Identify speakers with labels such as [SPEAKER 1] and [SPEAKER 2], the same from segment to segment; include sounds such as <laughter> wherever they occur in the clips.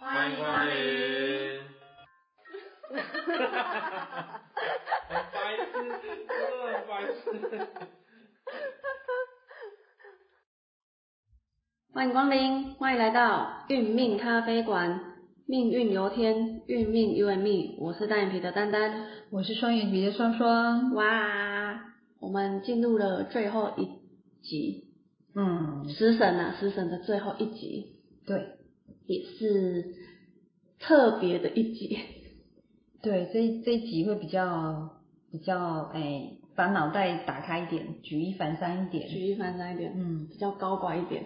[SPEAKER 1] 欢迎光 <laughs> 临。
[SPEAKER 2] 很白痴，真的很白痴。
[SPEAKER 1] 欢迎光临，欢迎来到运命咖啡馆。命运由天，运命由命。我是单眼皮的丹丹。
[SPEAKER 3] 我是双眼皮的双双。
[SPEAKER 1] 哇，我们进入了最后一集，
[SPEAKER 3] 嗯，
[SPEAKER 1] 食神啊，食神的最后一集，
[SPEAKER 3] 对
[SPEAKER 1] 也是特别的一
[SPEAKER 3] <laughs>
[SPEAKER 1] 集。
[SPEAKER 3] 对，这一这一集会比较比较哎、把脑袋打开一点，举一反三一点。
[SPEAKER 1] 举一反三一点，
[SPEAKER 3] 嗯， <laughs>
[SPEAKER 1] 比较高怪一点，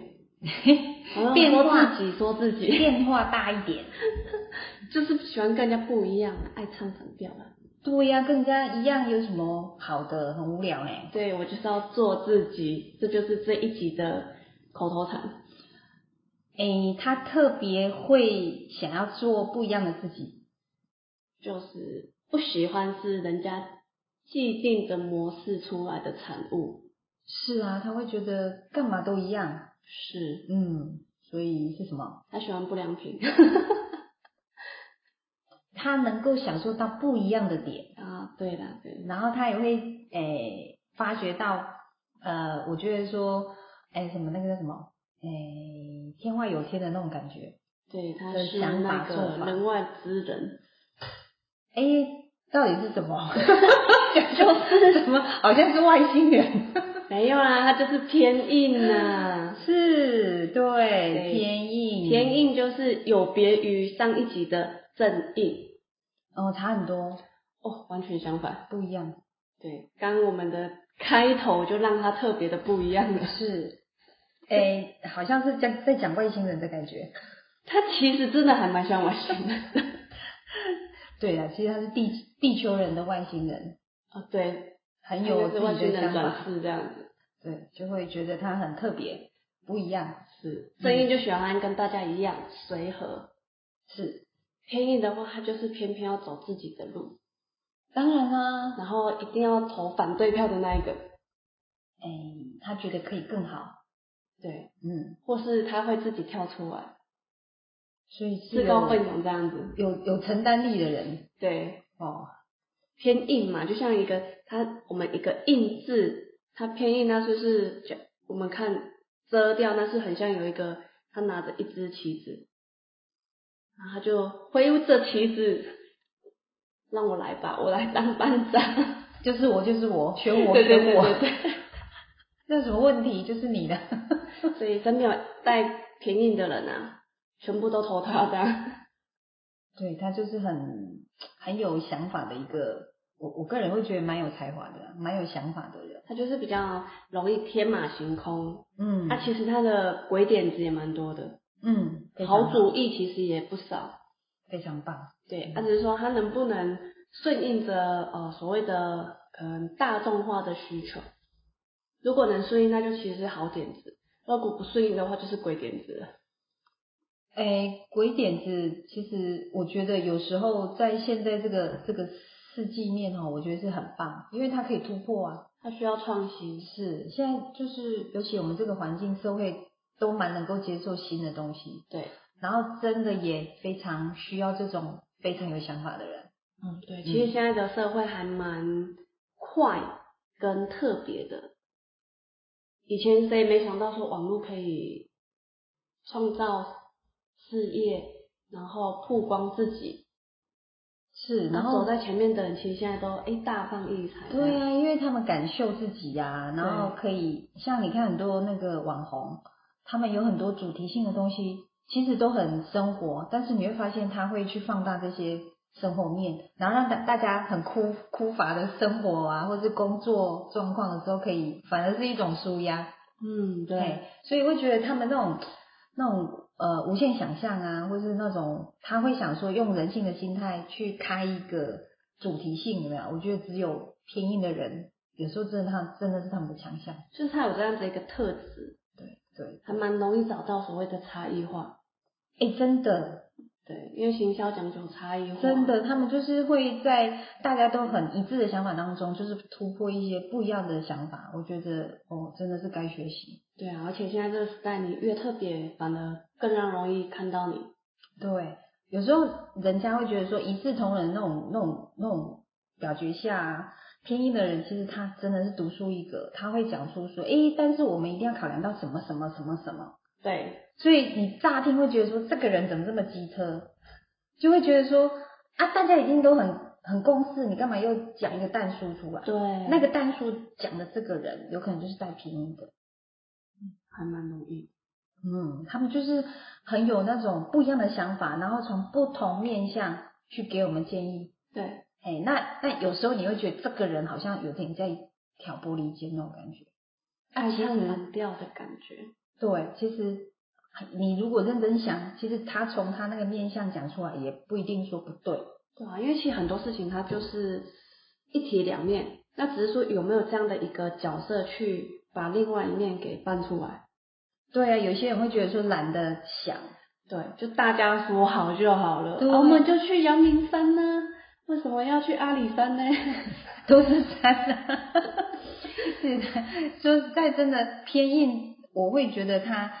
[SPEAKER 3] 变
[SPEAKER 1] 说
[SPEAKER 3] 化
[SPEAKER 1] 自己，说自己，
[SPEAKER 3] 变化大一点。
[SPEAKER 1] 就是喜欢跟人家不一样啊，爱唱反调啊。
[SPEAKER 3] 对呀、跟人家一样有什么好的？很无聊哎、
[SPEAKER 1] 对我就是要做自己，这就是这一集的口头禅。
[SPEAKER 3] 哎、他特别会想要做不一样的自己。
[SPEAKER 1] 就是不喜欢是人家既定的模式出来的产物，
[SPEAKER 3] 是啊，他会觉得干嘛都一样。
[SPEAKER 1] 是
[SPEAKER 3] 嗯，所以是什么？
[SPEAKER 1] 他喜欢不良
[SPEAKER 3] <laughs>
[SPEAKER 1] 品
[SPEAKER 3] 他能够享受到不一样的点。
[SPEAKER 1] 啊。对啦，对啦，
[SPEAKER 3] 然后他也会诶、发觉到，呃，我觉得说，诶、什么那个叫什么，诶、天外有天的那种感觉，
[SPEAKER 1] 对，他
[SPEAKER 3] 的
[SPEAKER 1] 是
[SPEAKER 3] 想
[SPEAKER 1] 那
[SPEAKER 3] 法
[SPEAKER 1] 个
[SPEAKER 3] 做法
[SPEAKER 1] 人外之人，
[SPEAKER 3] 诶、到底是什么？
[SPEAKER 1] <laughs>
[SPEAKER 3] 讲就是什么，好像是外星人，
[SPEAKER 1] <laughs> 没有啦，他就是偏硬
[SPEAKER 3] <laughs>
[SPEAKER 1] 呐、
[SPEAKER 3] 是，对，
[SPEAKER 1] 对
[SPEAKER 3] 偏硬，
[SPEAKER 1] 偏
[SPEAKER 3] 硬，
[SPEAKER 1] 硬就是有别于上一集的正硬
[SPEAKER 3] 哦，差很多，
[SPEAKER 1] 哦，完全相反。
[SPEAKER 3] 不一样，
[SPEAKER 1] 对，刚刚我们的开头就让他特别的不一样了。
[SPEAKER 3] 是，诶、好像是讲在讲外星人的感觉，
[SPEAKER 1] 他其实真的还蛮像外星人的。 <laughs>
[SPEAKER 3] 对啊，其实他是地地球人的外星人，
[SPEAKER 1] 哦，对，
[SPEAKER 3] 很
[SPEAKER 1] 他
[SPEAKER 3] 有自
[SPEAKER 1] 就是外
[SPEAKER 3] 己
[SPEAKER 1] 星
[SPEAKER 3] 的
[SPEAKER 1] 人
[SPEAKER 3] 想
[SPEAKER 1] 转
[SPEAKER 3] 法，
[SPEAKER 1] 世这样子。
[SPEAKER 3] 对，就会觉得他很特别，不一样。
[SPEAKER 1] 是，正
[SPEAKER 3] 嗯
[SPEAKER 1] 义就喜欢跟大家一样随和，
[SPEAKER 3] 是，
[SPEAKER 1] 偏硬的话，他就是偏偏要走自己的路，
[SPEAKER 3] 当然啦、
[SPEAKER 1] 然后一定要投反对票的那一个。
[SPEAKER 3] 哎、他觉得可以更好，
[SPEAKER 1] 对，
[SPEAKER 3] 嗯，
[SPEAKER 1] 或是他会自己跳出来，
[SPEAKER 3] 所以是
[SPEAKER 1] 自
[SPEAKER 3] 有
[SPEAKER 1] 告奋勇这样子。
[SPEAKER 3] 有有承担力的人
[SPEAKER 1] 对，
[SPEAKER 3] 哦，
[SPEAKER 1] 偏硬嘛，就像一个它我们一个硬字，它偏硬，那就是讲我们看遮掉，那是很像有一个他拿着一支旗子，然后他就挥着旗子， <laughs> 让我来吧，我来当班长， <laughs>
[SPEAKER 3] 就是我就是我，选我
[SPEAKER 1] 对对对
[SPEAKER 3] 选
[SPEAKER 1] 对
[SPEAKER 3] 我，
[SPEAKER 1] 对，
[SPEAKER 3] 那有什么问题就是你的， <laughs>
[SPEAKER 1] 所以真没有带偏硬的人啊，全部都投他这样， <laughs>
[SPEAKER 3] 对他就是很很有想法的一个，我我个人会觉得蛮有才华的，蛮有想法的人，
[SPEAKER 1] 他就是比较容易天马行空，
[SPEAKER 3] 嗯
[SPEAKER 1] 他、其实他的鬼点子也蛮多的，
[SPEAKER 3] 嗯，非常
[SPEAKER 1] 好主意其实也不少。
[SPEAKER 3] 非常棒，
[SPEAKER 1] 对，
[SPEAKER 3] 嗯
[SPEAKER 1] 他只是说他能不能顺应着呃所谓的嗯、大众化的需求，如果能顺应，那就其实是好点子；如果不顺应的话，就是鬼点子了。
[SPEAKER 3] 哎、鬼点子，其实我觉得有时候在现在这个这个世纪面哦，我觉得是很棒，因为它可以突破啊。
[SPEAKER 1] 他需要创新，
[SPEAKER 3] 是，现在就是尤其我们这个环境社会都蛮能够接受新的东西，
[SPEAKER 1] 对，
[SPEAKER 3] 然后真的也非常需要这种非常有想法的人。
[SPEAKER 1] 嗯，对，其实现在的社会还蛮快跟特别的。以前谁没想到说网络可以创造事业，然后曝光自己，
[SPEAKER 3] 是，然
[SPEAKER 1] 然后
[SPEAKER 3] 后
[SPEAKER 1] 嗯走在前面的人，其实现在都哎、大放异彩。
[SPEAKER 3] 对啊呀、因为他们敢秀自己呀、然后可以像你看很多那个网红，他们有很多主题性的东西，其实都很生活，但是你会发现他会去放大这些生活面，然后让大大家很枯枯乏的生活啊，或是工作状况的时候，可以反而是一种舒压。
[SPEAKER 1] 嗯，对
[SPEAKER 3] 对，，所以会觉得他们那种那种呃无限想象啊，或是那种他会想说用人性的心态去开一个主题性，有没有？我觉得只有偏硬的人，有时候真的他真的是他们的强项。
[SPEAKER 1] 就是他有这样子一个特质，
[SPEAKER 3] 对对，
[SPEAKER 1] 还蛮容易找到所谓的差异化。
[SPEAKER 3] 哎，真的
[SPEAKER 1] 对，因为行销讲究差异化，
[SPEAKER 3] 真的，他们就是会在大家都很一致的想法当中，就是突破一些不一样的想法。我觉得哦，真的是该学习。
[SPEAKER 1] 对啊。而且现在这个时代，你越特别，反而更让容易看到你。
[SPEAKER 3] 对，有时候人家会觉得说一视同仁那种那种那种表决下、啊，偏一的人其实他真的是独树一格，他会讲出说，诶，但是我们一定要考量到什么什么什么什么，
[SPEAKER 1] 对，
[SPEAKER 3] 所以你乍听会觉得说这个人怎么这么机车，就会觉得说啊，大家已经都很很共识，你干嘛又讲一个淡叔出来？
[SPEAKER 1] 对，
[SPEAKER 3] 那个淡叔讲的这个人，有可能就是带偏一的。
[SPEAKER 1] 还蛮容易。
[SPEAKER 3] 嗯，他们就是很有那种不一样的想法，然后从不同面向去给我们建议。
[SPEAKER 1] 对，
[SPEAKER 3] 哎，那那有时候你会觉得这个人好像有点在挑拨离间那种感觉。
[SPEAKER 1] 爱
[SPEAKER 3] 其
[SPEAKER 1] 上
[SPEAKER 3] 实
[SPEAKER 1] 蓝调的感觉。
[SPEAKER 3] 对，其实你如果认真想，其实他从他那个面相讲出来，也不一定说不对。
[SPEAKER 1] 对啊，因为其实很多事情它就是一体两面，那只是说有没有这样的一个角色去把另外一面给扮出来。
[SPEAKER 3] 对啊，有些人会觉得说懒得想，
[SPEAKER 1] 对，就大家说好就好了，
[SPEAKER 3] 对
[SPEAKER 1] 啊我们就去阳明山呢、为什么要去阿里山呢？ <laughs>
[SPEAKER 3] 都是山啊。 <laughs> 是的，说实在，真的偏硬，我会觉得它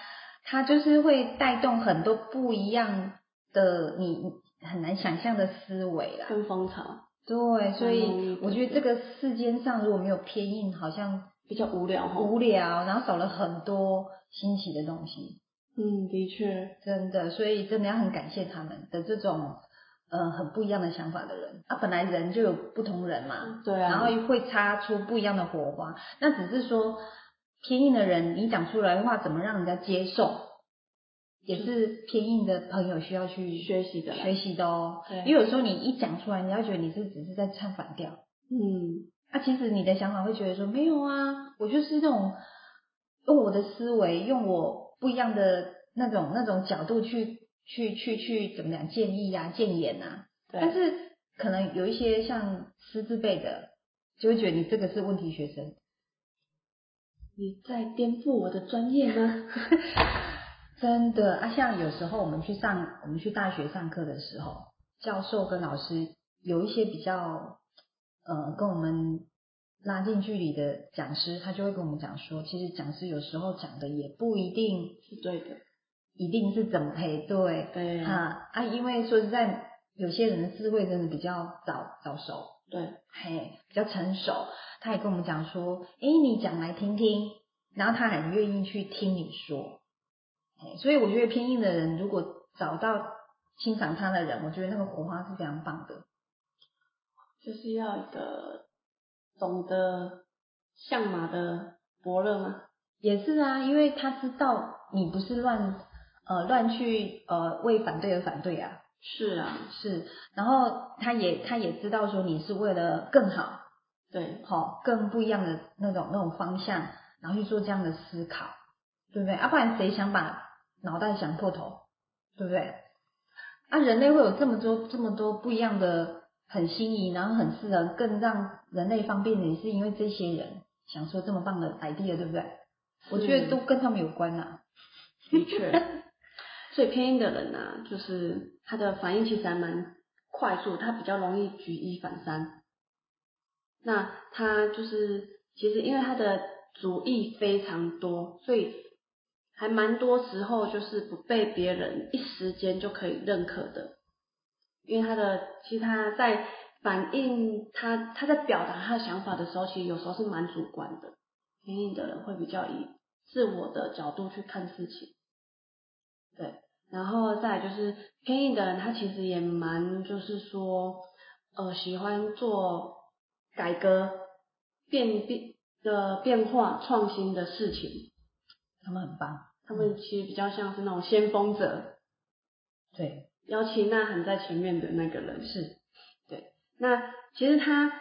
[SPEAKER 3] 它就是会带动很多不一样的你你很难想象的思维啦。
[SPEAKER 1] 跟风潮
[SPEAKER 3] 对，所以
[SPEAKER 1] 嗯
[SPEAKER 3] 我觉得这个世间上如果没有偏硬，好像
[SPEAKER 1] 比较无聊哈。
[SPEAKER 3] 无聊，然后少了很多新奇的东西。
[SPEAKER 1] 嗯，的确，
[SPEAKER 3] 真的，所以真的要很感谢他们的这种呃很不一样的想法的人啊，本来人就有不同人嘛，
[SPEAKER 1] 对啊。
[SPEAKER 3] 然后会擦出不一样的火花。那只是说偏硬的人，你讲出来的话怎么让人家接受，也是偏硬的朋友需要去
[SPEAKER 1] 学习的啦
[SPEAKER 3] 学习的哦
[SPEAKER 1] 对。
[SPEAKER 3] 因为有时候你一讲出来，人家觉得你是只是在唱反调。
[SPEAKER 1] 嗯，
[SPEAKER 3] 啊，其实你的想法会觉得说没有啊，我就是那种用我的思维，用我不一样的那种那种角度去去去去怎么讲建议啊、建言啊。但
[SPEAKER 1] 对，
[SPEAKER 3] 是可能有一些像师字辈的，就会觉得你这个是问题学生，
[SPEAKER 1] 你在颠覆我的专业吗？
[SPEAKER 3] 真的啊。像有时候我们去上我们去大学上课的时候，教授跟老师有一些比较呃跟我们拉近距离的讲师，他就会跟我们讲说，其实讲师有时候讲的也不一定
[SPEAKER 1] <laughs> 是对的，
[SPEAKER 3] 一定是怎么配对
[SPEAKER 1] 对，
[SPEAKER 3] 啊啊，因为说实在，有些人的智慧真的比较早早熟，
[SPEAKER 1] 对，
[SPEAKER 3] 嘿，比较成熟。他也跟我们讲说，诶，你讲来听听，然后他很愿意去听你说。哎，所以我觉得偏硬的人，如果找到欣赏他的人，我觉得那个火花是非常棒的。
[SPEAKER 1] 就是要一个懂得相马的伯乐吗？
[SPEAKER 3] 也是啊，因为他知道你不是乱呃乱去呃为反对而反对啊，
[SPEAKER 1] 是啊，
[SPEAKER 3] 是，然后他也他也知道说你是为了更好，
[SPEAKER 1] 对，
[SPEAKER 3] 好、更不一样的那种那种方向，然后去做这样的思考，对不对？啊，不然谁想把脑袋想破头，对不对？啊，人类会有这么多这么多不一样的很新颖，然后很适合更让人类方便的，也是因为这些人想出这么棒的 idea，对不对？我觉得
[SPEAKER 1] 是
[SPEAKER 3] 都跟他们有关呐、
[SPEAKER 1] 的确。所以偏硬的人啊，就是他的反应其实还蛮快速，他比较容易举一反三。那他就是其实因为他的主意非常多，所以还蛮多时候就是不被别人一时间就可以认可的。因为他的其实他在反映他他在表达他的想法的时候，其实有时候是蛮主观的。偏硬的人会比较以自我的角度去看事情，对。然后再来就是偏硬的人，他其实也蛮就是说，呃，喜欢做改革、变变的变化、创新的事情。
[SPEAKER 3] 他们很棒，
[SPEAKER 1] 他们其实比较像是那种先锋者，
[SPEAKER 3] 对，
[SPEAKER 1] 尤其呐喊在前面的那个人。
[SPEAKER 3] 是，
[SPEAKER 1] 那其实他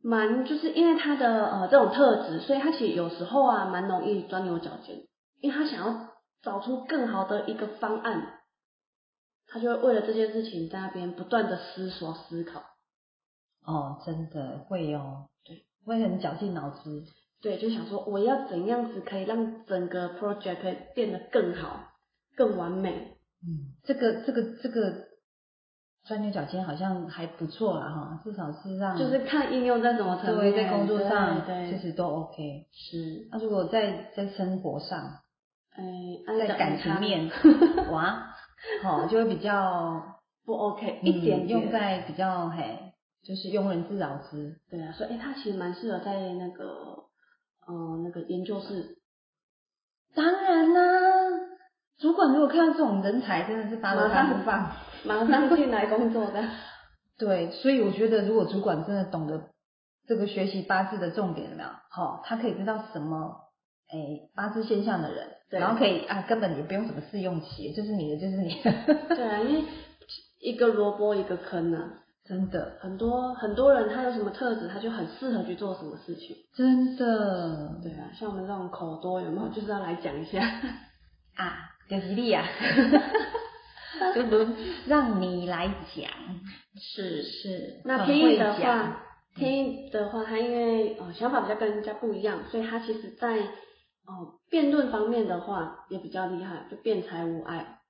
[SPEAKER 1] 蛮就是因为他的呃这种特质，所以他其实有时候啊蛮容易钻牛角尖，因为他想要找出更好的一个方案，他就会为了这件事情在那边不断的思索思考。
[SPEAKER 3] 哦，真的会哦，对，会很绞尽脑汁，
[SPEAKER 1] 对，就想说我要怎样子可以让整个 project 可以变得更好、更完美。
[SPEAKER 3] 嗯，这个这个这个钻牛角尖好像还不错啦哈，至少是让
[SPEAKER 1] 就是看应用在什么层
[SPEAKER 3] 嗯对
[SPEAKER 1] 面，
[SPEAKER 3] 在工作上
[SPEAKER 1] 对，
[SPEAKER 3] 其
[SPEAKER 1] 对
[SPEAKER 3] 实都 OK。
[SPEAKER 1] 是，
[SPEAKER 3] 那如果在在生活上，
[SPEAKER 1] 哎， <laughs>
[SPEAKER 3] 在感情面，哇，好、就会比较
[SPEAKER 1] 不 OK，、<laughs>
[SPEAKER 3] 嗯
[SPEAKER 1] 一点
[SPEAKER 3] 用
[SPEAKER 1] 点。
[SPEAKER 3] 在比较嘿，就是庸人自扰之。
[SPEAKER 1] 对啊，所以、诶他其实蛮适合在那个呃那个研究室，
[SPEAKER 3] 当然啦、主管如果看到这种人才，真的是巴
[SPEAKER 1] 马
[SPEAKER 3] 拉
[SPEAKER 1] 上
[SPEAKER 3] 巴不放。
[SPEAKER 1] 马上进来工作的。
[SPEAKER 3] 对，所以我觉得，如果主管真的懂得这个学习八字的重点有没有？好、他可以知道什么，哎，八字现象的人，
[SPEAKER 1] 对
[SPEAKER 3] 然后可以啊，根本也不用什么试用期，就是你的就是你的， <laughs>
[SPEAKER 1] 对啊，因为一个萝卜一个坑啊，
[SPEAKER 3] 真的
[SPEAKER 1] 很多很多人他有什么特质，他就很适合去做什么事情。
[SPEAKER 3] 真的
[SPEAKER 1] 对啊，像我们这种口多有没有，就是要来讲一下。
[SPEAKER 3] 啊，葛吉利啊， <laughs> 就轮让你来讲，是是，
[SPEAKER 1] 那
[SPEAKER 3] 很
[SPEAKER 1] 偏
[SPEAKER 3] 会
[SPEAKER 1] 硬的
[SPEAKER 3] 讲
[SPEAKER 1] 话，偏硬的话，他因为呃想法比较跟人家不一样，所以他其实在呃辩论方面的话也比较厉害，就辩才无碍。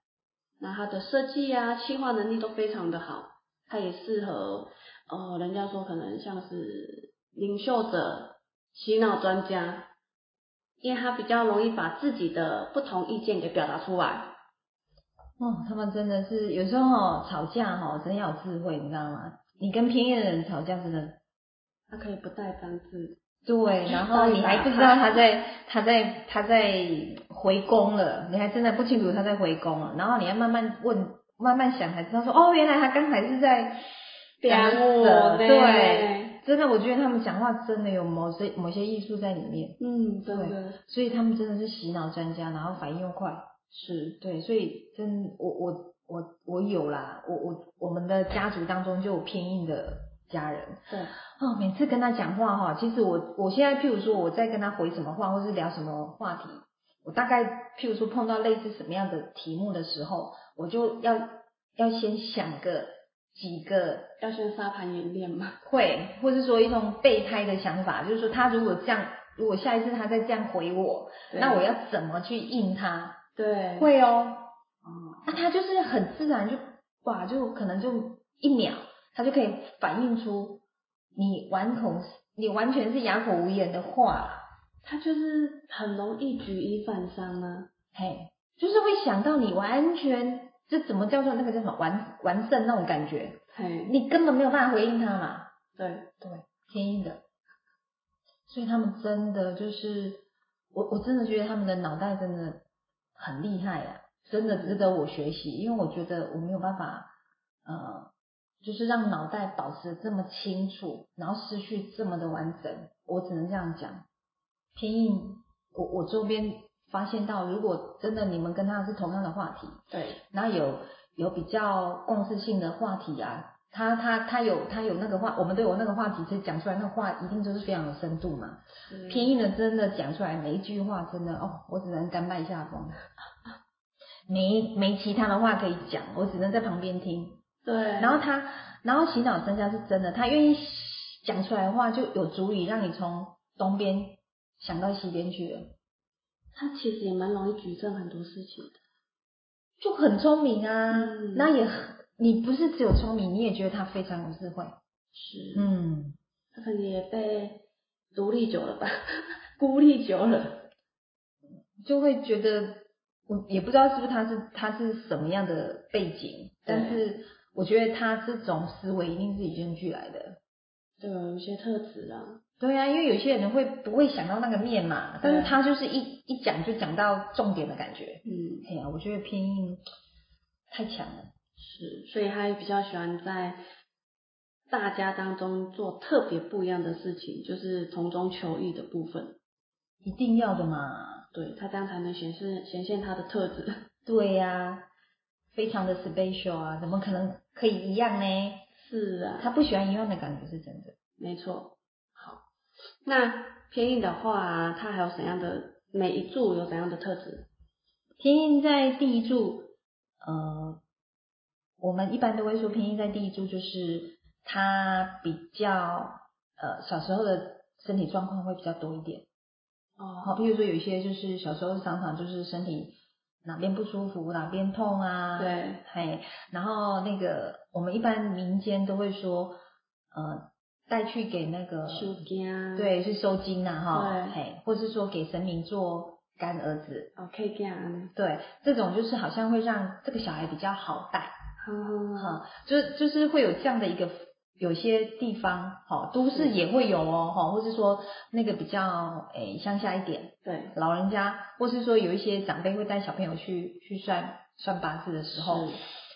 [SPEAKER 1] 那他的设计啊、企划能力都非常的好，他也适合呃人家说可能像是领袖者、洗脑专家，因为他比较容易把自己的不同意见给表达出来。
[SPEAKER 3] 哦，他们真的是有时候哦，吵架哦，真要有智慧，你知道吗？你跟偏硬的人吵架，真的
[SPEAKER 1] 他可以不带脏字，
[SPEAKER 3] 对，然后你还不知道他在他在他在回宫了，你还真的不清楚他在回宫了，然后你要慢慢问，慢慢想才知道说，哦，原来他刚才是在
[SPEAKER 1] 表
[SPEAKER 3] 着
[SPEAKER 1] 我呢
[SPEAKER 3] 对，真的，我觉得他们讲话真的有某些某些艺术在里面，
[SPEAKER 1] 嗯，真的
[SPEAKER 3] 所以他们真的是洗脑专家，然后反应又快，
[SPEAKER 1] 是。
[SPEAKER 3] 对，所以真我我我我有啦，我我我们的家族当中就有偏硬的家人，
[SPEAKER 1] 对，
[SPEAKER 3] 哦，每次跟他讲话哈，其实我我现在譬如说我在跟他回什么话，或是聊什么话题，我大概譬如说碰到类似什么样的题目的时候，我就要要先想个几个
[SPEAKER 1] 要先沙盘演练
[SPEAKER 3] <laughs>
[SPEAKER 1] 嘛。
[SPEAKER 3] 会，或是说一种备胎的想法，就是说他如果这样，如果下一次他再这样回我，那我要怎么去应他？
[SPEAKER 1] 对
[SPEAKER 3] 会哦，
[SPEAKER 1] 哦，
[SPEAKER 3] 那他就是很自然就哇，就可能就一秒，他就可以反映出你完口，你完全是哑口无言的话啦，
[SPEAKER 1] 他就是很容易举一反三啊。
[SPEAKER 3] 嘿，就是会想到你完全这怎么叫做那个叫什么完完胜那种感觉，
[SPEAKER 1] 嘿，
[SPEAKER 3] 你根本没有办法回应他嘛，
[SPEAKER 1] 对，
[SPEAKER 3] 对，偏硬的，所以他们真的就是我我真的觉得他们的脑袋真的很厉害呀、真的值得我学习，因为我觉得我没有办法呃，就是让脑袋保持得这么清楚，然后思绪这么的完整，我只能这样讲。偏硬，我我周边发现到，如果真的你们跟他是同样的话题，
[SPEAKER 1] 对，
[SPEAKER 3] 然后有有比较共识性的话题啊，他他他有他有那个话，我们对我那个话题，其实讲出来那话一定就是非常有深度嘛。
[SPEAKER 1] 嗯
[SPEAKER 3] 偏硬的真的讲出来每一句话，真的哦，我只能甘拜下风， <laughs> 没没其他的话可以讲，我只能在旁边听。
[SPEAKER 1] 对，
[SPEAKER 3] 然后他，然后洗脑专家是真的，他愿意讲出来的话，就有足以让你从东边想到西边去了，
[SPEAKER 1] 他其实也蛮容易举证很多事情的。
[SPEAKER 3] 就很聪明啊。
[SPEAKER 1] 嗯
[SPEAKER 3] 那也很，你不是只有聪明，你也觉得他非常有智慧。
[SPEAKER 1] 是，
[SPEAKER 3] 嗯，
[SPEAKER 1] 他可能也被独立久了吧， <laughs> 孤立久了。
[SPEAKER 3] 就会觉得我也不知道是不是他是他是什么样的背景，但是我觉得他这种思维一定是与生俱来的。
[SPEAKER 1] 对，有一些特质啊。
[SPEAKER 3] 对啊，因为有些人会不会想到那个面嘛，但是他就是一一讲就讲到重点的感觉。
[SPEAKER 1] 嗯，
[SPEAKER 3] 哎呀，我觉得偏硬太强了。
[SPEAKER 1] 是，所以他也比较喜欢在大家当中做特别不一样的事情，就是从中求异的部分。
[SPEAKER 3] 一定要的嘛。
[SPEAKER 1] 对他这样才能显示显现他的特质。
[SPEAKER 3] 对呀、非常的 special 啊，怎么可能可以一样呢？
[SPEAKER 1] 是啊，
[SPEAKER 3] 他不喜欢一样的感觉是真的。
[SPEAKER 1] 没错。好，那偏硬的话，它还有怎样的每一柱有怎样的特质？
[SPEAKER 3] 偏硬在第一柱，呃，我们一般都会说偏硬在第一柱就是他比较呃小时候的身体状况会比较多一点。好，
[SPEAKER 1] 哦，
[SPEAKER 3] 比如说有一些就是小时候常常就是身体哪边不舒服，哪边痛啊，
[SPEAKER 1] 对，
[SPEAKER 3] 嘿，然后那个我们一般民间都会说，呃，带去给那个
[SPEAKER 1] 手筋啊，，
[SPEAKER 3] 对，是收金呐、哈，
[SPEAKER 1] 对
[SPEAKER 3] 嘿，或是说给神明做干儿子，
[SPEAKER 1] 哦，可以这样啊，
[SPEAKER 3] 对，这种就是好像会让这个小孩比较好带，
[SPEAKER 1] 好好好，
[SPEAKER 3] 哈、就是就是会有这样的一个。有些地方，好、都市也会有哦，哈，或是说那个比较诶乡下一点，
[SPEAKER 1] 对，
[SPEAKER 3] 老人家，或是说有一些长辈会带小朋友去去算算八字的时候
[SPEAKER 1] 是，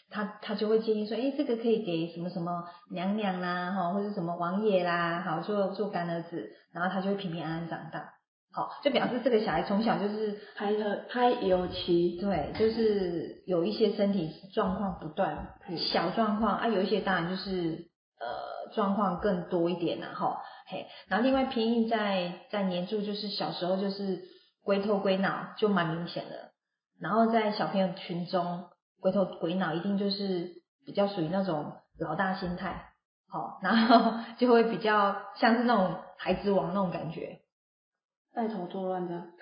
[SPEAKER 3] 他他就会建议说，哎，这个可以给什么什么娘娘啦，哈，或者什么王爷啦，好做做干儿子，然后他就会平平安安长大，好，就表示这个小孩从小就是
[SPEAKER 1] 拍和拍油漆，
[SPEAKER 3] 对，就是有一些身体状况不断
[SPEAKER 1] 嗯，
[SPEAKER 3] 小状况啊，有一些当然就是呃状况更多一点然、啊、后嘿，然后另外偏硬在在年柱就是小时候就是龟头龟脑就蛮明显的，然后在小朋友群中龟头龟脑一定就是比较属于那种老大心态，好、然后 <laughs> 就会比较像是那种孩子王那种感觉，
[SPEAKER 1] 带头作乱这样，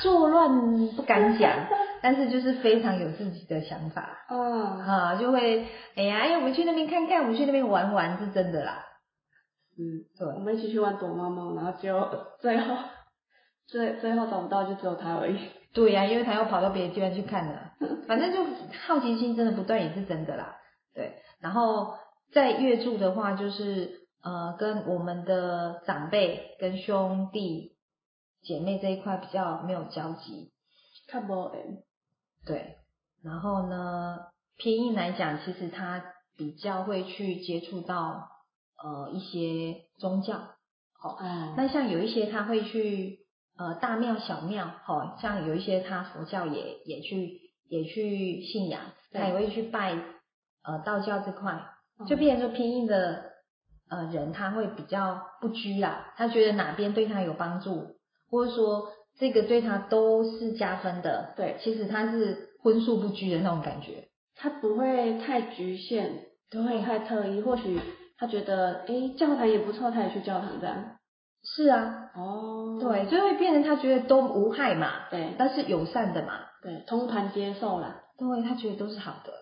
[SPEAKER 3] 作乱不敢 <laughs> 讲，但是就是非常有自己的想法
[SPEAKER 1] 啊，
[SPEAKER 3] 啊，就会哎呀，哎，我们去那边看看，我们去那边玩玩，是真的啦。
[SPEAKER 1] 嗯，
[SPEAKER 3] 对
[SPEAKER 1] 我，们一起去玩躲猫猫，然后就最后最最后找不到就只有他而已，
[SPEAKER 3] 对呀、因为他要跑到别的地方去看了，反正就好奇心真的不断也是真的啦。对，然后在月柱的话，就是呃，跟我们的长辈跟兄弟姐妹这一块比较没有交集，
[SPEAKER 1] 看不诶，
[SPEAKER 3] 对，然后呢，偏硬来讲，其实他比较会去接触到呃一些宗教，哦，
[SPEAKER 1] 哦，
[SPEAKER 3] 那像有一些他会去呃大庙小庙，哦，像有一些他佛教也也去也去信仰，
[SPEAKER 1] 对
[SPEAKER 3] 他也会去拜呃道教这块，就
[SPEAKER 1] 嗯
[SPEAKER 3] 变成说偏硬的呃人，他会比较不拘啦，他觉得哪边对他有帮助，或者说这个对他都是加分的，
[SPEAKER 1] 对
[SPEAKER 3] 其实他是荤素不拘的那种感觉。
[SPEAKER 1] 他不会太局限，不会
[SPEAKER 3] 对
[SPEAKER 1] 太特意，或许他觉得诶教堂也不错，他也去教堂这样，
[SPEAKER 3] 是啊，
[SPEAKER 1] 哦，
[SPEAKER 3] 对，就会变成他觉得都无害嘛，
[SPEAKER 1] 对
[SPEAKER 3] 但是友善的嘛，
[SPEAKER 1] 对，通盘接受啦，
[SPEAKER 3] 对他觉得都是好的。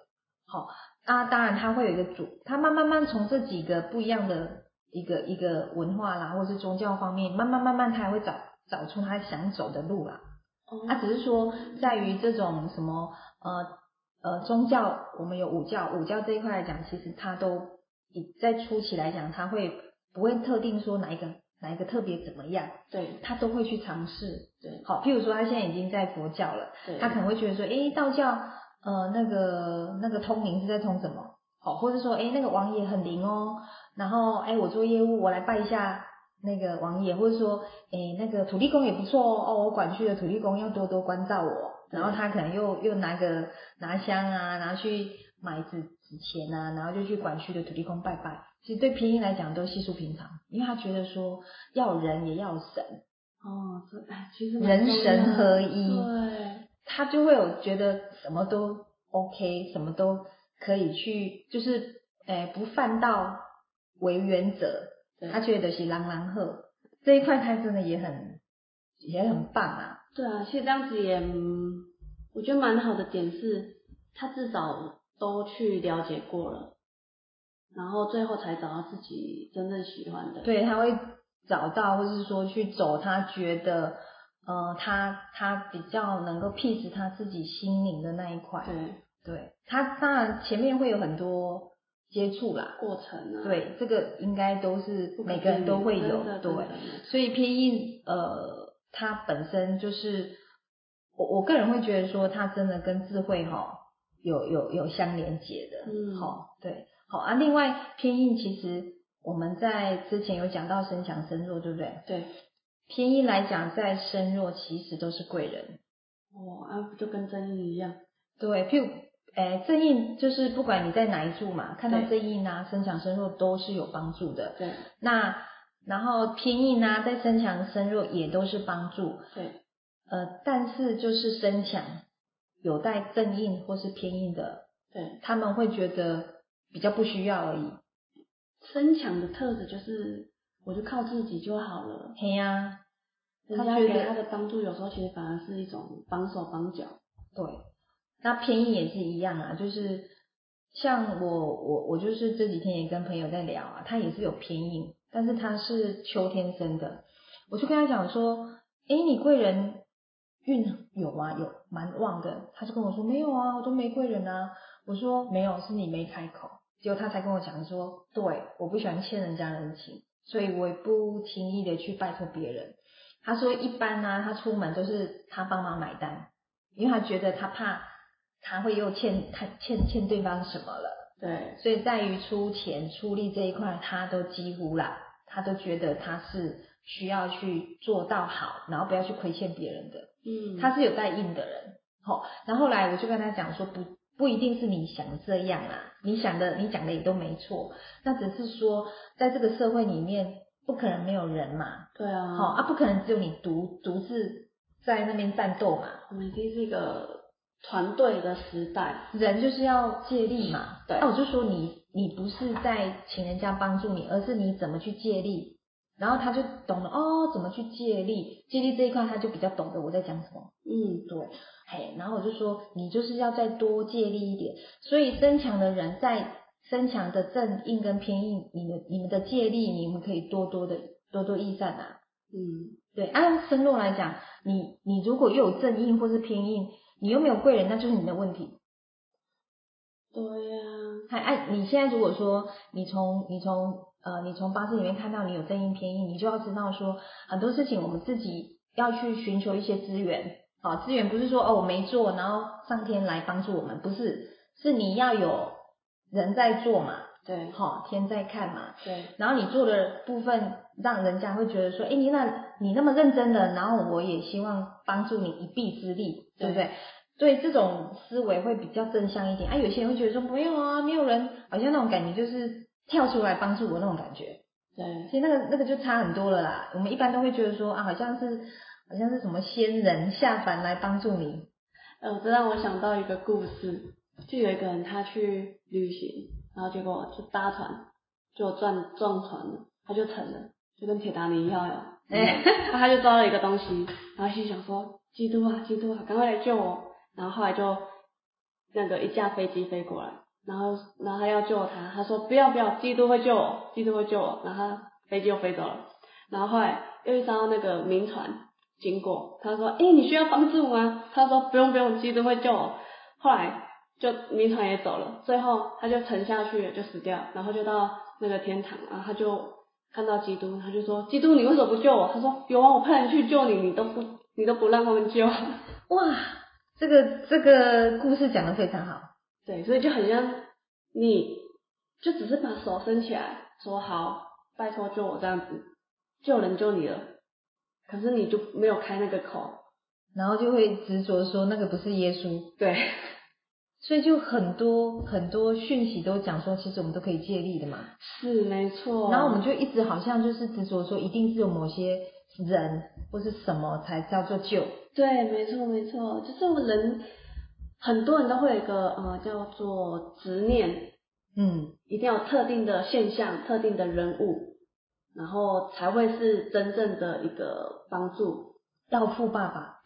[SPEAKER 3] 好啊，当然他会有一个主，他慢慢慢从这几个不一样的一个一个文化啦，或者是宗教方面，慢慢慢慢他还会找找出他想走的路啦。
[SPEAKER 1] 哦
[SPEAKER 3] 啊，只是说在于这种什么呃呃宗教，我们有五教，五教这一块来讲，其实它都以在初期来讲，它会不会特定说哪一个哪一个特别怎么样，
[SPEAKER 1] 对
[SPEAKER 3] 他都会去尝试。
[SPEAKER 1] 对
[SPEAKER 3] 好，譬如说他现在已经在佛教了，
[SPEAKER 1] 对，
[SPEAKER 3] 他可能会觉得说，诶，道教呃那个那个通灵是在通什么？好，或者说，诶，那个王爷很灵哦，然后诶，我做业务，我来拜一下。那个王爷，或者说，诶，那个土地公也不错哦，哦，我管区的土地公要多多关照我。然后他可能又又拿个拿香啊，拿去买纸纸钱啊，然后就去管区的土地公拜拜。其实对偏音来讲都稀疏平常，因为他觉得说要有人也要有神，
[SPEAKER 1] 哦，这哎其实蛮
[SPEAKER 3] 人
[SPEAKER 1] 重要
[SPEAKER 3] 神
[SPEAKER 1] 的
[SPEAKER 3] 合一
[SPEAKER 1] 对，
[SPEAKER 3] 他就会有觉得什么都 OK，什么都可以去，就是诶、呃不犯到为原则，
[SPEAKER 1] 对
[SPEAKER 3] 他觉得是朗朗赫这一块，他真的也很也很棒啊。
[SPEAKER 1] 对啊，其实这样子也，嗯我觉得蛮好的点是，他至少都去了解过了，然后最后才找到自己真正喜欢的。
[SPEAKER 3] 对，他会找到，或是说去走他觉得呃他他比较能够 peace 他自己心灵的那一块。
[SPEAKER 1] 对，
[SPEAKER 3] 对他当然前面会有很多接触啦，
[SPEAKER 1] 过程啊，
[SPEAKER 3] 对，这个应该都是
[SPEAKER 1] 不可避免，
[SPEAKER 3] 每个人都会有
[SPEAKER 1] 真的，
[SPEAKER 3] 对。，
[SPEAKER 1] 真的没错
[SPEAKER 3] 所以偏硬呃，它本身就是我我个人会觉得说，它真的跟智慧哈、有有有相连接的，
[SPEAKER 1] 嗯
[SPEAKER 3] 好、对，好啊。另外偏硬其实我们在之前有讲到身强身弱，对不对？
[SPEAKER 1] 对，
[SPEAKER 3] 偏硬来讲，在身弱其实都是贵人，
[SPEAKER 1] 哦，啊，不就跟真一样？
[SPEAKER 3] 对，譬如。诶，正印就是不管你在哪一柱嘛，看到
[SPEAKER 1] 对
[SPEAKER 3] 正印啊、身强身弱都是有帮助的。
[SPEAKER 1] 对，
[SPEAKER 3] 那然后偏硬啊，在身强身弱也都是帮助。
[SPEAKER 1] 对，
[SPEAKER 3] 呃，但是就是身强有带正印或是偏硬的，
[SPEAKER 1] 对，
[SPEAKER 3] 他们会觉得比较不需要而已。
[SPEAKER 1] 身强的特质就是，我就靠自己就好了。
[SPEAKER 3] 嘿呀、
[SPEAKER 1] 人家
[SPEAKER 3] 他觉得
[SPEAKER 1] 给他的帮助，有时候其实反而是一种帮手帮脚。
[SPEAKER 3] 对，那偏硬也是一样啊，就是像我我我就是这几天也跟朋友在聊啊，他也是有偏硬，但是他是秋天生的，我就跟他讲说，诶，你贵人运有啊，有蛮旺的。他就跟我说没有啊，我都玫瑰人啊。我说没有，是你没开口。结果他才跟我讲说，对，我不喜欢欠人家人情，所以我也不轻易的去拜托别人。他说一般呢、他出门都是他帮忙买单，因为他觉得他怕他会又欠他欠欠对方什么了。
[SPEAKER 1] 对，
[SPEAKER 3] 所以在于出钱出力这一块，他都几乎啦，他都觉得他是需要去做到好，然后不要去亏欠别人的。
[SPEAKER 1] 嗯，
[SPEAKER 3] 他是有在硬的人，好、然后后来我就跟他讲说，不不一定是你想这样啊，你想的你讲的也都没错，那只是说在这个社会里面，不可能没有人嘛，
[SPEAKER 1] 对啊，
[SPEAKER 3] 好、啊，不可能只有你独独自在那边战斗嘛，
[SPEAKER 1] 我们已经是一个团队的时代，
[SPEAKER 3] 人就是要借力嘛。
[SPEAKER 1] 对
[SPEAKER 3] 那我就说你，你不是在请人家帮助你，而是你怎么去借力。然后他就懂了哦，怎么去借力，借力这一块他就比较懂得我在讲什么。
[SPEAKER 1] 嗯，
[SPEAKER 3] 对，嘿，然后我就说你就是要再多借力一点。所以身强的人在身强的正印跟偏印，你们你们的借力，你们可以多多的多多益善啊。
[SPEAKER 1] 嗯，
[SPEAKER 3] 对，按深入来讲，你你如果又有正印或是偏印，你又没有贵人，那就是你的问题。
[SPEAKER 1] 对啊呀、
[SPEAKER 3] 还哎，你现在如果说你从你从呃你从八字里面看到你有正印偏印，你就要知道说很多事情我们自己要去寻求一些资源，好资源不是说哦我没做，然后上天来帮助我们，不是，是你要有人在做嘛，
[SPEAKER 1] 对
[SPEAKER 3] 好天在看嘛，
[SPEAKER 1] 对，
[SPEAKER 3] 然后你做的部分让人家会觉得说，哎，你那你那么认真的，然后我也希望帮助你一臂之力，对不对？对这种思维会比较正向一点。啊，有些人会觉得说没有啊，没有人，好像那种感觉就是跳出来帮助我那种感觉。
[SPEAKER 1] 对，
[SPEAKER 3] 其实那个那个就差很多了啦。我们一般都会觉得说啊，好像是好像是什么仙人下凡来帮助你，
[SPEAKER 1] 呃，这让我想到一个故事，就有一个人他去旅行，然后结果就搭船，就撞撞船了，他就沉了，就跟铁达尼一样哟，
[SPEAKER 3] 哎
[SPEAKER 1] 然后他就抓了一个东西，然后心想说基督啊基督啊，赶快来救我，然后后来就那个一架飞机飞过来，然后然后他要救他，他说不要不要，基督会救我，基督会救我，然后他飞机又飞走了，然后后来又一艘那个民船经过，他说哎、诶你需要帮助吗？他说不用不用，基督会救我，后来就民船也走了，最后他就沉下去了，就死掉，然后就到那个天堂，然后他就看到基督，他就说基督你为什么不救我？他说有啊，我派人去救你，你都不你都不让他们救， <laughs>
[SPEAKER 3] 哇，这个这个故事讲的非常好。
[SPEAKER 1] 对，所以就很像你就只是把手伸起来说好，拜托救我这样子，就有人救你了，可是你就没有开那个口，
[SPEAKER 3] 然后就会执着说那个不是耶稣，
[SPEAKER 1] 对
[SPEAKER 3] 所以就很多很多讯息都讲说，其实我们都可以借力的嘛。
[SPEAKER 1] 是没错，
[SPEAKER 3] 然后我们就一直好像就是执着说，一定是有某些人或是什么才叫做救。
[SPEAKER 1] 对，没错没错，就是我们人很多人都会有一个呃叫做执念，
[SPEAKER 3] 嗯，
[SPEAKER 1] 一定要有特定的现象、特定的人物，然后才会是真正的一个帮助。
[SPEAKER 3] 要富爸 <laughs> 爸，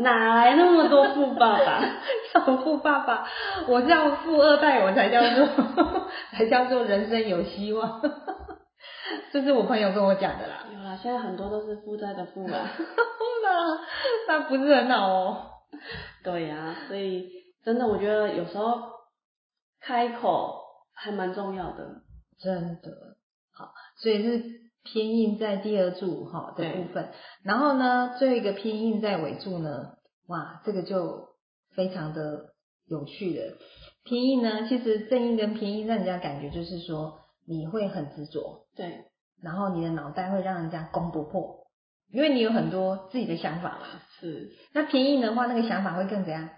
[SPEAKER 1] 哪来那么多富爸爸？
[SPEAKER 3] 要富爸爸，我要富二代，我才叫 <laughs> 做才叫做人生有希望。 <laughs> 这是我朋友跟我讲的啦。
[SPEAKER 1] <laughs> 有啦，现在很多都是负债的富啊 <laughs> 啦。
[SPEAKER 3] 那 <laughs> 那不是很好哦。
[SPEAKER 1] 对呀、所以真的，我觉得有时候开口还蛮重要的。
[SPEAKER 3] 真的好，所以是偏印在第二柱哈的部分，然后呢，最后一个偏印在尾柱呢，哇，这个就非常的有趣了。偏印呢，其实正印跟偏印让人家感觉就是说你会很执着，
[SPEAKER 1] 对，
[SPEAKER 3] 然后你的脑袋会让人家攻不破，因为你有很多自己的想法嘛。
[SPEAKER 1] 是，
[SPEAKER 3] 那偏印的话，那个想法会更怎样？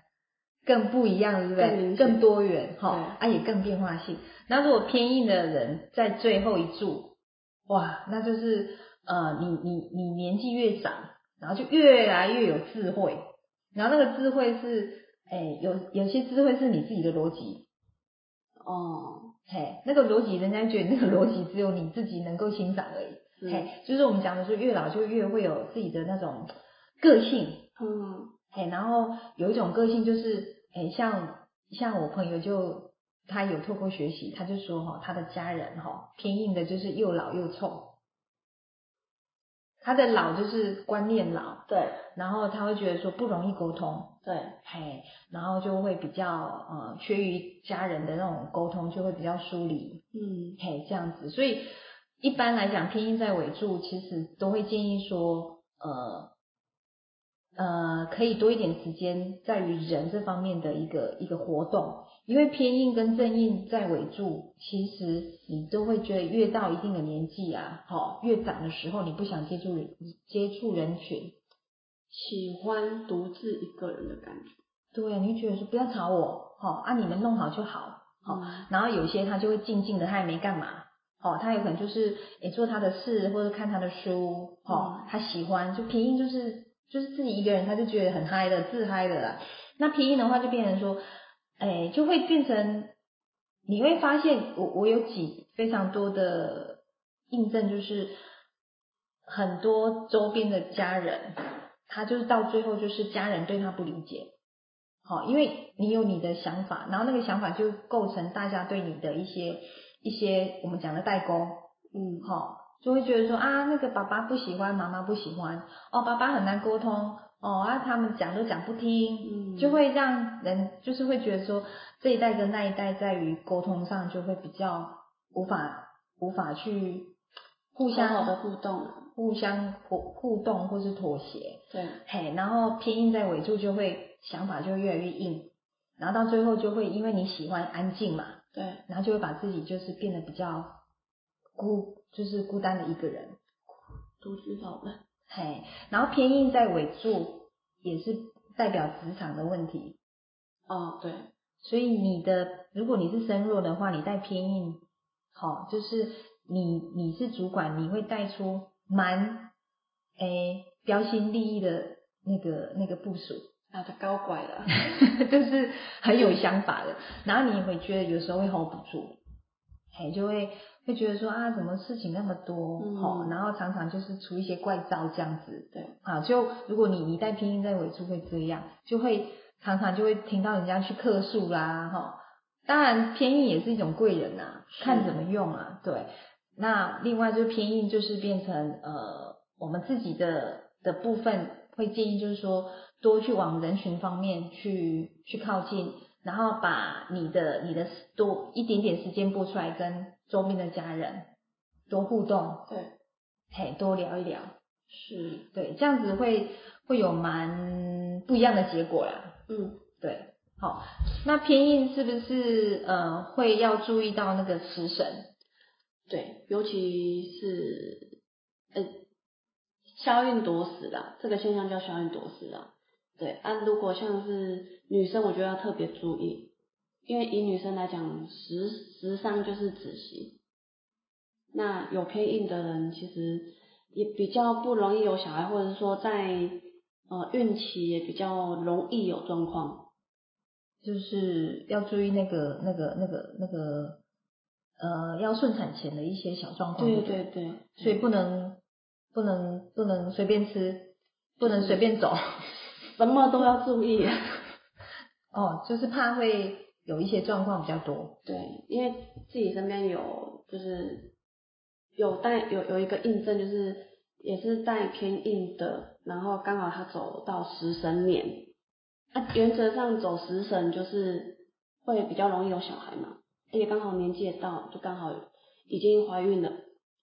[SPEAKER 3] 更不一样，对不
[SPEAKER 1] 更
[SPEAKER 3] 对？
[SPEAKER 1] 明显
[SPEAKER 3] 更多元，哈、啊也更变化性。那如果偏硬的人在最后一柱，哇，那就是呃，你你你年纪越长，然后就越来越有智慧，然后那个智慧是，哎，有有些智慧是你自己的逻辑，
[SPEAKER 1] 哦，
[SPEAKER 3] 嘿，那个逻辑人家觉得那个逻辑只有你自己能够欣赏而已，
[SPEAKER 1] 是，
[SPEAKER 3] 嘿，就是我们讲的说，越老就越会有自己的那种个性，
[SPEAKER 1] 嗯，
[SPEAKER 3] 哎，然后有一种个性就是，哎，像像我朋友就他有透过学习，他就说哈、他的家人哈、偏硬的就是又老又臭，他的老就是观念老，
[SPEAKER 1] 对
[SPEAKER 3] 然后他会觉得说不容易沟通，
[SPEAKER 1] 对
[SPEAKER 3] 嘿，然后就会比较呃缺于家人的那种沟通，就会比较疏离，
[SPEAKER 1] 嗯
[SPEAKER 3] 嘿，这样子，所以一般来讲，偏音在尾柱其实都会建议说，呃呃，可以多一点时间在于人这方面的一个一个活动，因为偏硬跟正硬在尾柱，其实你都会觉得越到一定的年纪啊，好、越长的时候，你不想接触人接触人群，
[SPEAKER 1] 喜欢独自一个人的感觉。
[SPEAKER 3] 对，啊你就觉得说不要吵我，好、啊，你们弄好就好，好、
[SPEAKER 1] 嗯
[SPEAKER 3] 然后有些他就会静静的，他也没干嘛。哦，他有可能就是也做他的事，或者看他的书。哦，他喜欢就拼音，就是就是自己一个人，他就觉得很嗨的，自嗨的啦。那拼音的话，就变成说，哎，就会变成你会发现，我我有几非常多的印证，就是很多周边的家人，他就是到最后就是家人对他不理解。好，因为你有你的想法，然后那个想法就构成大家对你的一些一些我们讲的代沟，
[SPEAKER 1] 嗯，
[SPEAKER 3] 好，就会觉得说啊，那个爸爸不喜欢，妈妈不喜欢，哦，爸爸很难沟通，哦，啊，他们讲都讲不听，
[SPEAKER 1] 嗯
[SPEAKER 3] 就会让人就是会觉得说这一代跟那一代在于沟通上就会比较无法无法去互相
[SPEAKER 1] 好好的互动啊。
[SPEAKER 3] 互相互互动或是妥协，
[SPEAKER 1] 对，
[SPEAKER 3] 嘿，然后偏硬在尾柱就会想法就会越来越硬，然后到最后就会因为你喜欢安静嘛，
[SPEAKER 1] 对，
[SPEAKER 3] 然后就会把自己就是变得比较孤，就是孤单的一个人，
[SPEAKER 1] 独居老人。
[SPEAKER 3] 嘿，然后偏硬在尾柱也是代表职场的问题，
[SPEAKER 1] 哦，对，
[SPEAKER 3] 所以你的如果你是身弱的话，你带偏硬，好、就是你你是主管，你会带出蛮诶标新立异的那个那个部署。
[SPEAKER 1] 啊，他高拐了。
[SPEAKER 3] <laughs> 就是很有想法的。然后你会觉得有时候会 hold 不住，哎，就会会觉得说啊，怎么事情那么多，
[SPEAKER 1] 嗯
[SPEAKER 3] 好、然后常常就是出一些怪招这样子。
[SPEAKER 1] 对，
[SPEAKER 3] 啊，就如果你你带拼音在尾处会这样，就会常常就会听到人家去客诉啦，哈、当然，偏硬也是一种贵人呐、看怎么用啊。对，那另外就是偏硬，就是变成呃，我们自己的的部分会建议，就是说多去往人群方面去去靠近，然后把你的你的多一点点时间拨出来跟周边的家人多互动，
[SPEAKER 1] 对，
[SPEAKER 3] 嘿，多聊一聊，
[SPEAKER 1] 是，
[SPEAKER 3] 对，这样子会会有蛮不一样的结果啦。
[SPEAKER 1] 嗯，
[SPEAKER 3] 对，好，那偏硬是不是呃会要注意到那个食神？
[SPEAKER 1] 对，尤其是，呃，消运夺食啦，这个现象叫消运夺食啦。对，啊，如果像是女生，我觉得要特别注意，因为以女生来讲，时时尚就是子息。那有偏硬的人，其实也比较不容易有小孩，或者是说在呃孕期也比较容易有状况。
[SPEAKER 3] 就是要注意那个那个那个那个呃要顺产前的一些小状况。
[SPEAKER 1] 对
[SPEAKER 3] 不
[SPEAKER 1] 对，对，
[SPEAKER 3] 所以不能不能不能随便吃，不能随便走。 <laughs>
[SPEAKER 1] 什么都要注意。
[SPEAKER 3] 哦，就是怕会有一些状况比较多。
[SPEAKER 1] 对，因为自己身边有就是有带有有一个印证，就是也是带偏硬的，然后刚好他走到食神年，啊，原则上走食神就是会比较容易有小孩嘛，而且刚好年纪也到，就刚好已经怀孕了，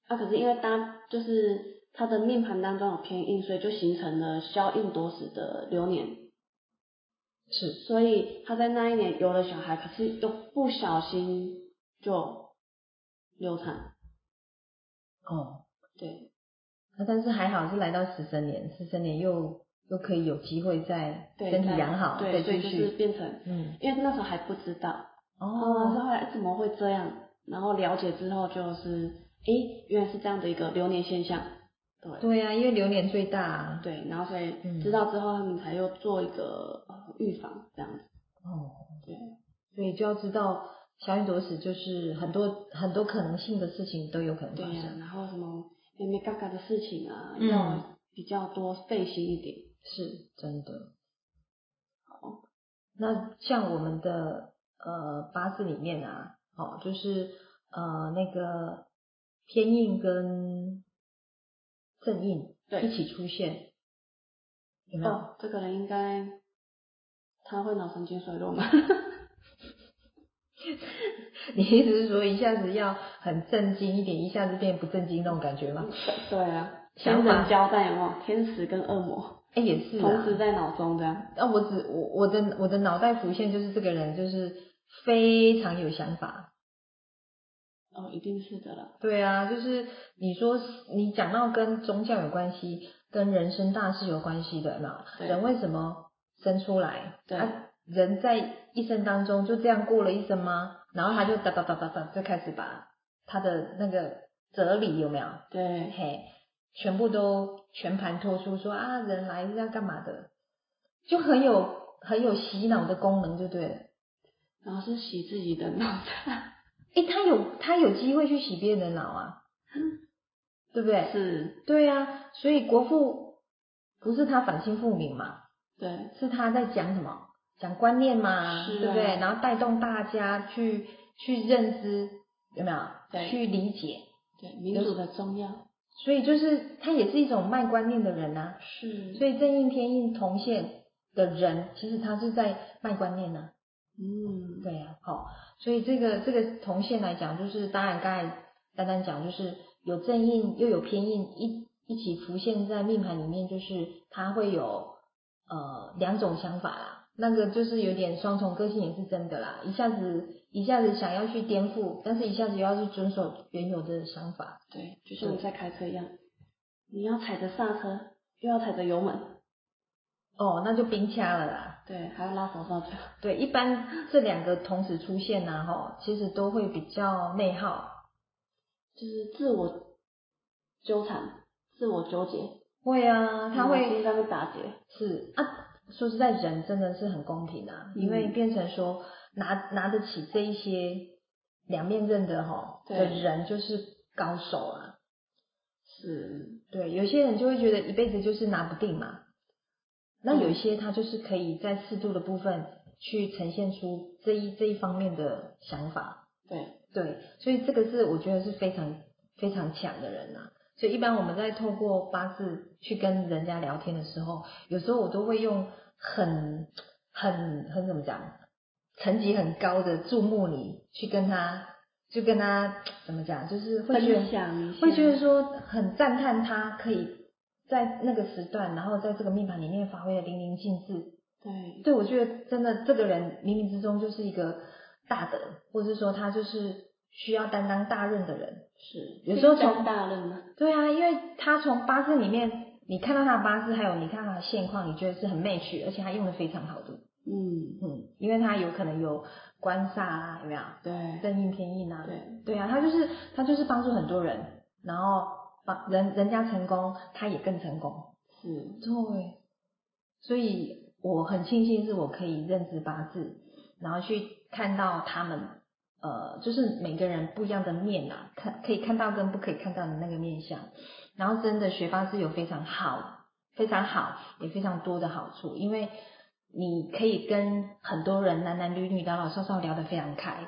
[SPEAKER 1] 啊，可是因为当就是他的命盘当中有偏硬，所以就形成了消印夺食的流年。
[SPEAKER 3] 是，
[SPEAKER 1] 所以他在那一年有了小孩，可是又不小心就流产。
[SPEAKER 3] 哦，
[SPEAKER 1] 对
[SPEAKER 3] 那但是还好是来到十三年，十三年又又可以有机会再
[SPEAKER 1] 对，
[SPEAKER 3] 身体
[SPEAKER 1] 但
[SPEAKER 3] 养好，再
[SPEAKER 1] 对，所
[SPEAKER 3] 继
[SPEAKER 1] 以就是
[SPEAKER 3] 续。
[SPEAKER 1] 变成，
[SPEAKER 3] 嗯，
[SPEAKER 1] 因为那时候还不知道，哦，是
[SPEAKER 3] 哦，
[SPEAKER 1] 后来哎怎么会这样？然后了解之后就是，诶，原来是这样的一个流年现象。对
[SPEAKER 3] 对呀、因为流年最大、啊。
[SPEAKER 1] 对，然后所
[SPEAKER 3] 嗯
[SPEAKER 1] 以知道之后，他们才又做一个呃预防这样子。
[SPEAKER 3] 哦，
[SPEAKER 1] 对，
[SPEAKER 3] 所以就要知道小运夺食就是很多很多可能性的事情都有可能发
[SPEAKER 1] 对呀、
[SPEAKER 3] 生。
[SPEAKER 1] 然后什么咩咩嘎嘎的事情啊，
[SPEAKER 3] 嗯
[SPEAKER 1] 要比较多费心一点。
[SPEAKER 3] 是真的。
[SPEAKER 1] 好，
[SPEAKER 3] 那像我们的呃八字里面啊，哦，就是呃那个偏硬跟正硬，
[SPEAKER 1] 对
[SPEAKER 3] 一起出现，有没有？
[SPEAKER 1] 哦，这个人应该他会脑神经衰弱吗？
[SPEAKER 3] <laughs>
[SPEAKER 1] <laughs>
[SPEAKER 3] 你意思是说一下子要很震惊一点，一下子变不震惊那种感觉吗？
[SPEAKER 1] 对啊，
[SPEAKER 3] 想
[SPEAKER 1] 天
[SPEAKER 3] 法
[SPEAKER 1] 人交代有没有？天使跟恶魔
[SPEAKER 3] 哎、也是
[SPEAKER 1] 同
[SPEAKER 3] 啊。
[SPEAKER 1] 时在脑中这样。
[SPEAKER 3] 那、我只我我的我的脑袋浮现就是这个人就是非常有想法。
[SPEAKER 1] 哦，一定是的了。
[SPEAKER 3] 对啊，就是你说你讲到跟宗教有关系，跟人生大事有关系的嘛，
[SPEAKER 1] 对
[SPEAKER 3] 人为什么生出来？
[SPEAKER 1] 对
[SPEAKER 3] 啊，人在一生当中就这样过了一生吗？然后他就哒哒哒哒哒就开始把他的那个哲理有没有？
[SPEAKER 1] 对，
[SPEAKER 3] 嘿，全部都全盘托出说啊，人来是要干嘛的，就很有很有洗脑的功能，就对了。
[SPEAKER 1] 然后是洗自己的脑袋。
[SPEAKER 3] 诶，他有他有机会去洗别人的脑啊，
[SPEAKER 1] 嗯
[SPEAKER 3] 对不对？
[SPEAKER 1] 是，
[SPEAKER 3] 对啊，所以国父不是他反清复明嘛，
[SPEAKER 1] 对，
[SPEAKER 3] 是他在讲什么？讲观念嘛，
[SPEAKER 1] 是啊
[SPEAKER 3] 对不对？然后带动大家去去认知，有没有？
[SPEAKER 1] 对
[SPEAKER 3] 去理解。
[SPEAKER 1] 对，民主的重要。
[SPEAKER 3] 所以就是他也是一种卖观念的人啊。
[SPEAKER 1] 是
[SPEAKER 3] 所以正印天印同线的人，其实他是在卖观念啊呢、
[SPEAKER 1] 嗯，
[SPEAKER 3] 对呀、好、所以这个这个同线来讲，就是当然刚才丹丹讲，就是有正印又有偏印一一起浮现在命盘里面，就是他会有呃两种想法啦。那个就是有点双重个性也是真的啦，一下子一下子想要去颠覆，但是一下子又要去遵守原有的想法，
[SPEAKER 1] 对，就像你在开车一样，你要踩着刹车，又要踩着油门，
[SPEAKER 3] 哦，那就冰掐了啦。
[SPEAKER 1] 对，还要拉手刹车。
[SPEAKER 3] 对，一般这两个同时出现呐、啊，吼，其实都会比较内耗，
[SPEAKER 1] 就是自我纠缠、自我纠结，嗯
[SPEAKER 3] 会啊，他
[SPEAKER 1] 脑
[SPEAKER 3] 会
[SPEAKER 1] 筋在那边打结。
[SPEAKER 3] 是啊，说实在，人真的是很公平啊，因为
[SPEAKER 1] 嗯
[SPEAKER 3] 变成说拿拿得起这一些两面刃的吼
[SPEAKER 1] 对
[SPEAKER 3] 的人就是高手啊，
[SPEAKER 1] 是，
[SPEAKER 3] 对，有些人就会觉得一辈子就是拿不定嘛，那
[SPEAKER 1] 嗯
[SPEAKER 3] 有一些他就是可以在适度的部分去呈现出这一这一方面的想法，
[SPEAKER 1] 对，
[SPEAKER 3] 对，所以这个是我觉得是非常非常强的人呐、所以一般我们在透过八字去跟人家聊天的时候，有时候我都会用很很很怎么讲，层级很高的注目你去跟他，就跟他怎么讲，就是会觉
[SPEAKER 1] 分
[SPEAKER 3] 得
[SPEAKER 1] 享一下，
[SPEAKER 3] 会觉得说很赞叹他可以在那个时段，然后在这个命盘里面发挥的淋漓尽致，
[SPEAKER 1] 对，
[SPEAKER 3] 对，我觉得真的这个人冥冥之中就是一个大的，或者说他就是需要担当大任的人。
[SPEAKER 1] 是，
[SPEAKER 3] 有时候
[SPEAKER 1] 是
[SPEAKER 3] 从
[SPEAKER 1] 张大任嘛，
[SPEAKER 3] 对啊，因为他从八字里面，你看到他的八字，还有你看他的现况，你觉得是很 match，而且他用的非常好的。
[SPEAKER 1] 嗯，
[SPEAKER 3] 嗯，因为他有可能有官煞啊，有没有？
[SPEAKER 1] 对，
[SPEAKER 3] 正印偏印啊。
[SPEAKER 1] 对，
[SPEAKER 3] 对啊，他就是他就是帮助很多人，然后帮人人家成功，他也更成功。
[SPEAKER 1] 是，
[SPEAKER 3] 对，所以我很庆幸是我可以认知八字，然后去看到他们，呃，就是每个人不一样的面啊，看可以看到跟不可以看到的那个面相，然后真的学八字有非常好，非常好，也非常多的好处，因为你可以跟很多人男男女女老老少少聊得非常开，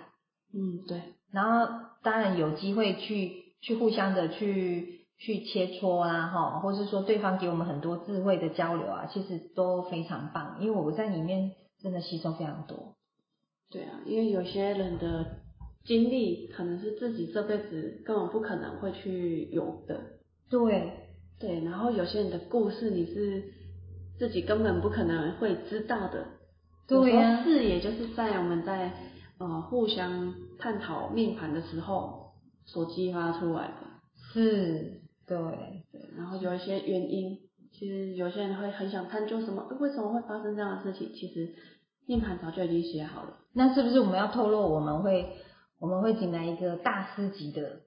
[SPEAKER 1] 嗯，对，
[SPEAKER 3] 然后当然有机会去去互相的去去切磋啊，哈，或是说对方给我们很多智慧的交流啊，其实都非常棒，因为我在里面真的吸收非常多。
[SPEAKER 1] 对啊，因为有些人的经历可能是自己这辈子根本不可能会去有的，
[SPEAKER 3] 对，
[SPEAKER 1] 对，然后有些人的故事你是自己根本不可能会知道的，
[SPEAKER 3] 对
[SPEAKER 1] 有
[SPEAKER 3] 呀
[SPEAKER 1] 时候视野就是在我们在呃互相探讨命盘的时候所激发出来的，
[SPEAKER 3] 是，对，
[SPEAKER 1] 对，然后有一些原因，其实有些人会很想探究什么，诶为什么会发生这样的事情，其实命盘早就已经写好了，
[SPEAKER 3] 那是不是我们要透露我们会我们会请来一个大师级的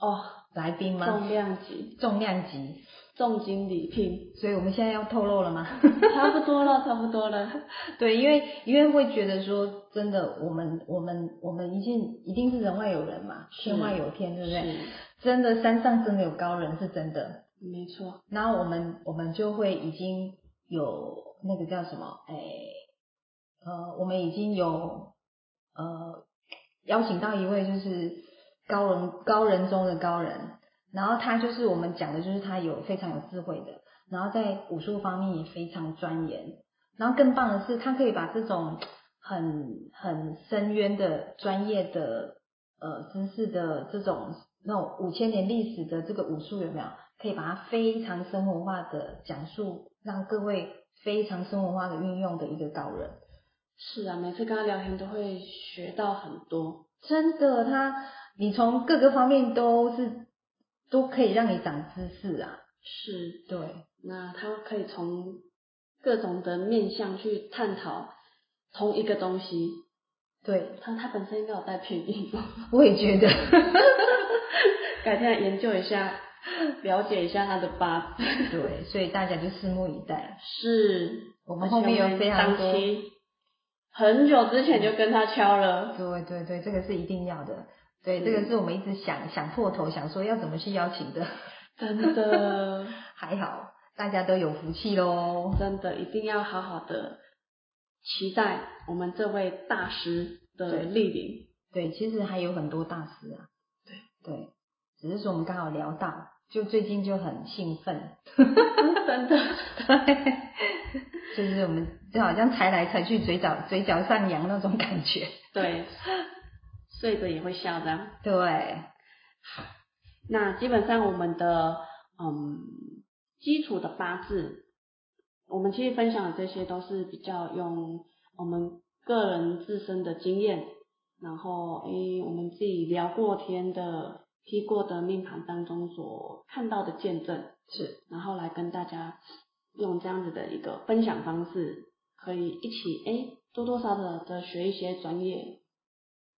[SPEAKER 1] 哦，
[SPEAKER 3] 来宾吗？
[SPEAKER 1] 重量级，
[SPEAKER 3] 重量级，
[SPEAKER 1] 重金礼聘， <laughs>
[SPEAKER 3] 所以我们现在要透露了吗？
[SPEAKER 1] 差不多了，差不多了，
[SPEAKER 3] 对，因为因为会觉得说，真的，我们我们我们一定一定是人外有人嘛，
[SPEAKER 1] 是
[SPEAKER 3] 天外有天，对不对？
[SPEAKER 1] 是，
[SPEAKER 3] 真的，山上真的有高人，是真的。
[SPEAKER 1] 没错，
[SPEAKER 3] 然后我们我们就会已经有那个叫什么，哎，呃，我们已经有呃邀请到一位就是高人高人中的高人，然后他就是我们讲的，就是他有非常有智慧的，然后在武术方面也非常钻研。然后更棒的是，他可以把这种很很深渊的专业的呃知识的这种那种五千年历史的这个武术有没有，可以把它非常生活化的讲述，让各位非常生活化的运用的一个高人。
[SPEAKER 1] 是啊，每次跟他聊天都会学到很多。
[SPEAKER 3] 真的，他你从各个方面都是都可以让你长知识啊。
[SPEAKER 1] 是，
[SPEAKER 3] 对，
[SPEAKER 1] 那他可以从各种的面向去探讨同一个东西。
[SPEAKER 3] 对，
[SPEAKER 1] 他他本身应该有带偏印吧，
[SPEAKER 3] 我也觉得。
[SPEAKER 1] <laughs> 改天来研究一下，了解一下他的八字。
[SPEAKER 3] <laughs> 对，所以大家就拭目以待。
[SPEAKER 1] 是，
[SPEAKER 3] 我们后面有非常
[SPEAKER 1] 当。
[SPEAKER 3] 多
[SPEAKER 1] 期很久之前就跟他敲了，
[SPEAKER 3] 对对对，这个是一定要的。对，这个是我们一直想想破头，想说要怎么去邀请的。 <laughs>
[SPEAKER 1] 真的
[SPEAKER 3] 还好，大家都有福气
[SPEAKER 1] <laughs>
[SPEAKER 3] 喽。
[SPEAKER 1] 真的一定要好好的期待我们这位大师的
[SPEAKER 3] 对
[SPEAKER 1] 莅临。 <laughs>
[SPEAKER 3] 对，其实还有很多大师啊。对对，只是说我们刚好聊到，就最近就很兴奋。
[SPEAKER 1] 真的，
[SPEAKER 3] 对，就是我们就好像踩来踩去，嘴角嘴角上扬那种感觉。 <laughs>
[SPEAKER 1] 对，睡着也会笑的啊。
[SPEAKER 3] 对，
[SPEAKER 1] 那基本上我们的嗯基础的八字，我们其实分享的这些都是比较用我们个人自身的经验，然后诶我们自己聊过天的、批过的命盘当中所看到的见证，
[SPEAKER 3] 是
[SPEAKER 1] 然后来跟大家用这样子的一个分享方式，可以一起诶多多少少的学一些专业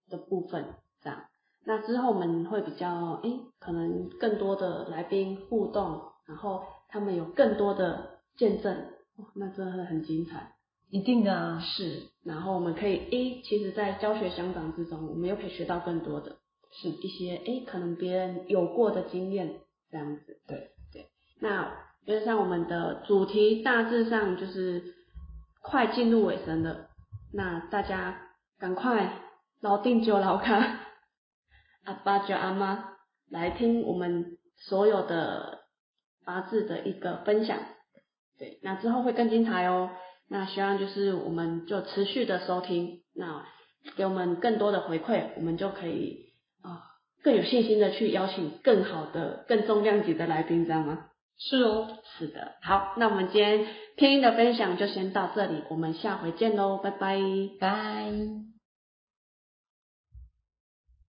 [SPEAKER 1] 的部分，这样。那之后我们会比较，诶，可能更多的来宾互动，然后他们有更多的见证，哇那真的很精彩。
[SPEAKER 3] 一定的啊。
[SPEAKER 1] 是，然后我们可以，诶，其实，在教学相长之中，我们又可以学到更多的，是一些，诶，可能别人有过的经验，这样子。
[SPEAKER 3] 对
[SPEAKER 1] 对。那原则上我们的主题大致上就是快进入尾声了，那大家赶快老定就老卡。阿爸叫阿妈来听我们所有的八字的一个分享。对，那之后会更精彩哦。那希望就是我们就持续的收听，那给我们更多的回馈，我们就可以啊、更有信心的去邀请更好的、更重量级的来宾，知道吗？
[SPEAKER 3] 是哦，
[SPEAKER 1] 是的，好，那我们今天偏音的分享就先到这里，我们下回见喽，拜拜。
[SPEAKER 3] 拜。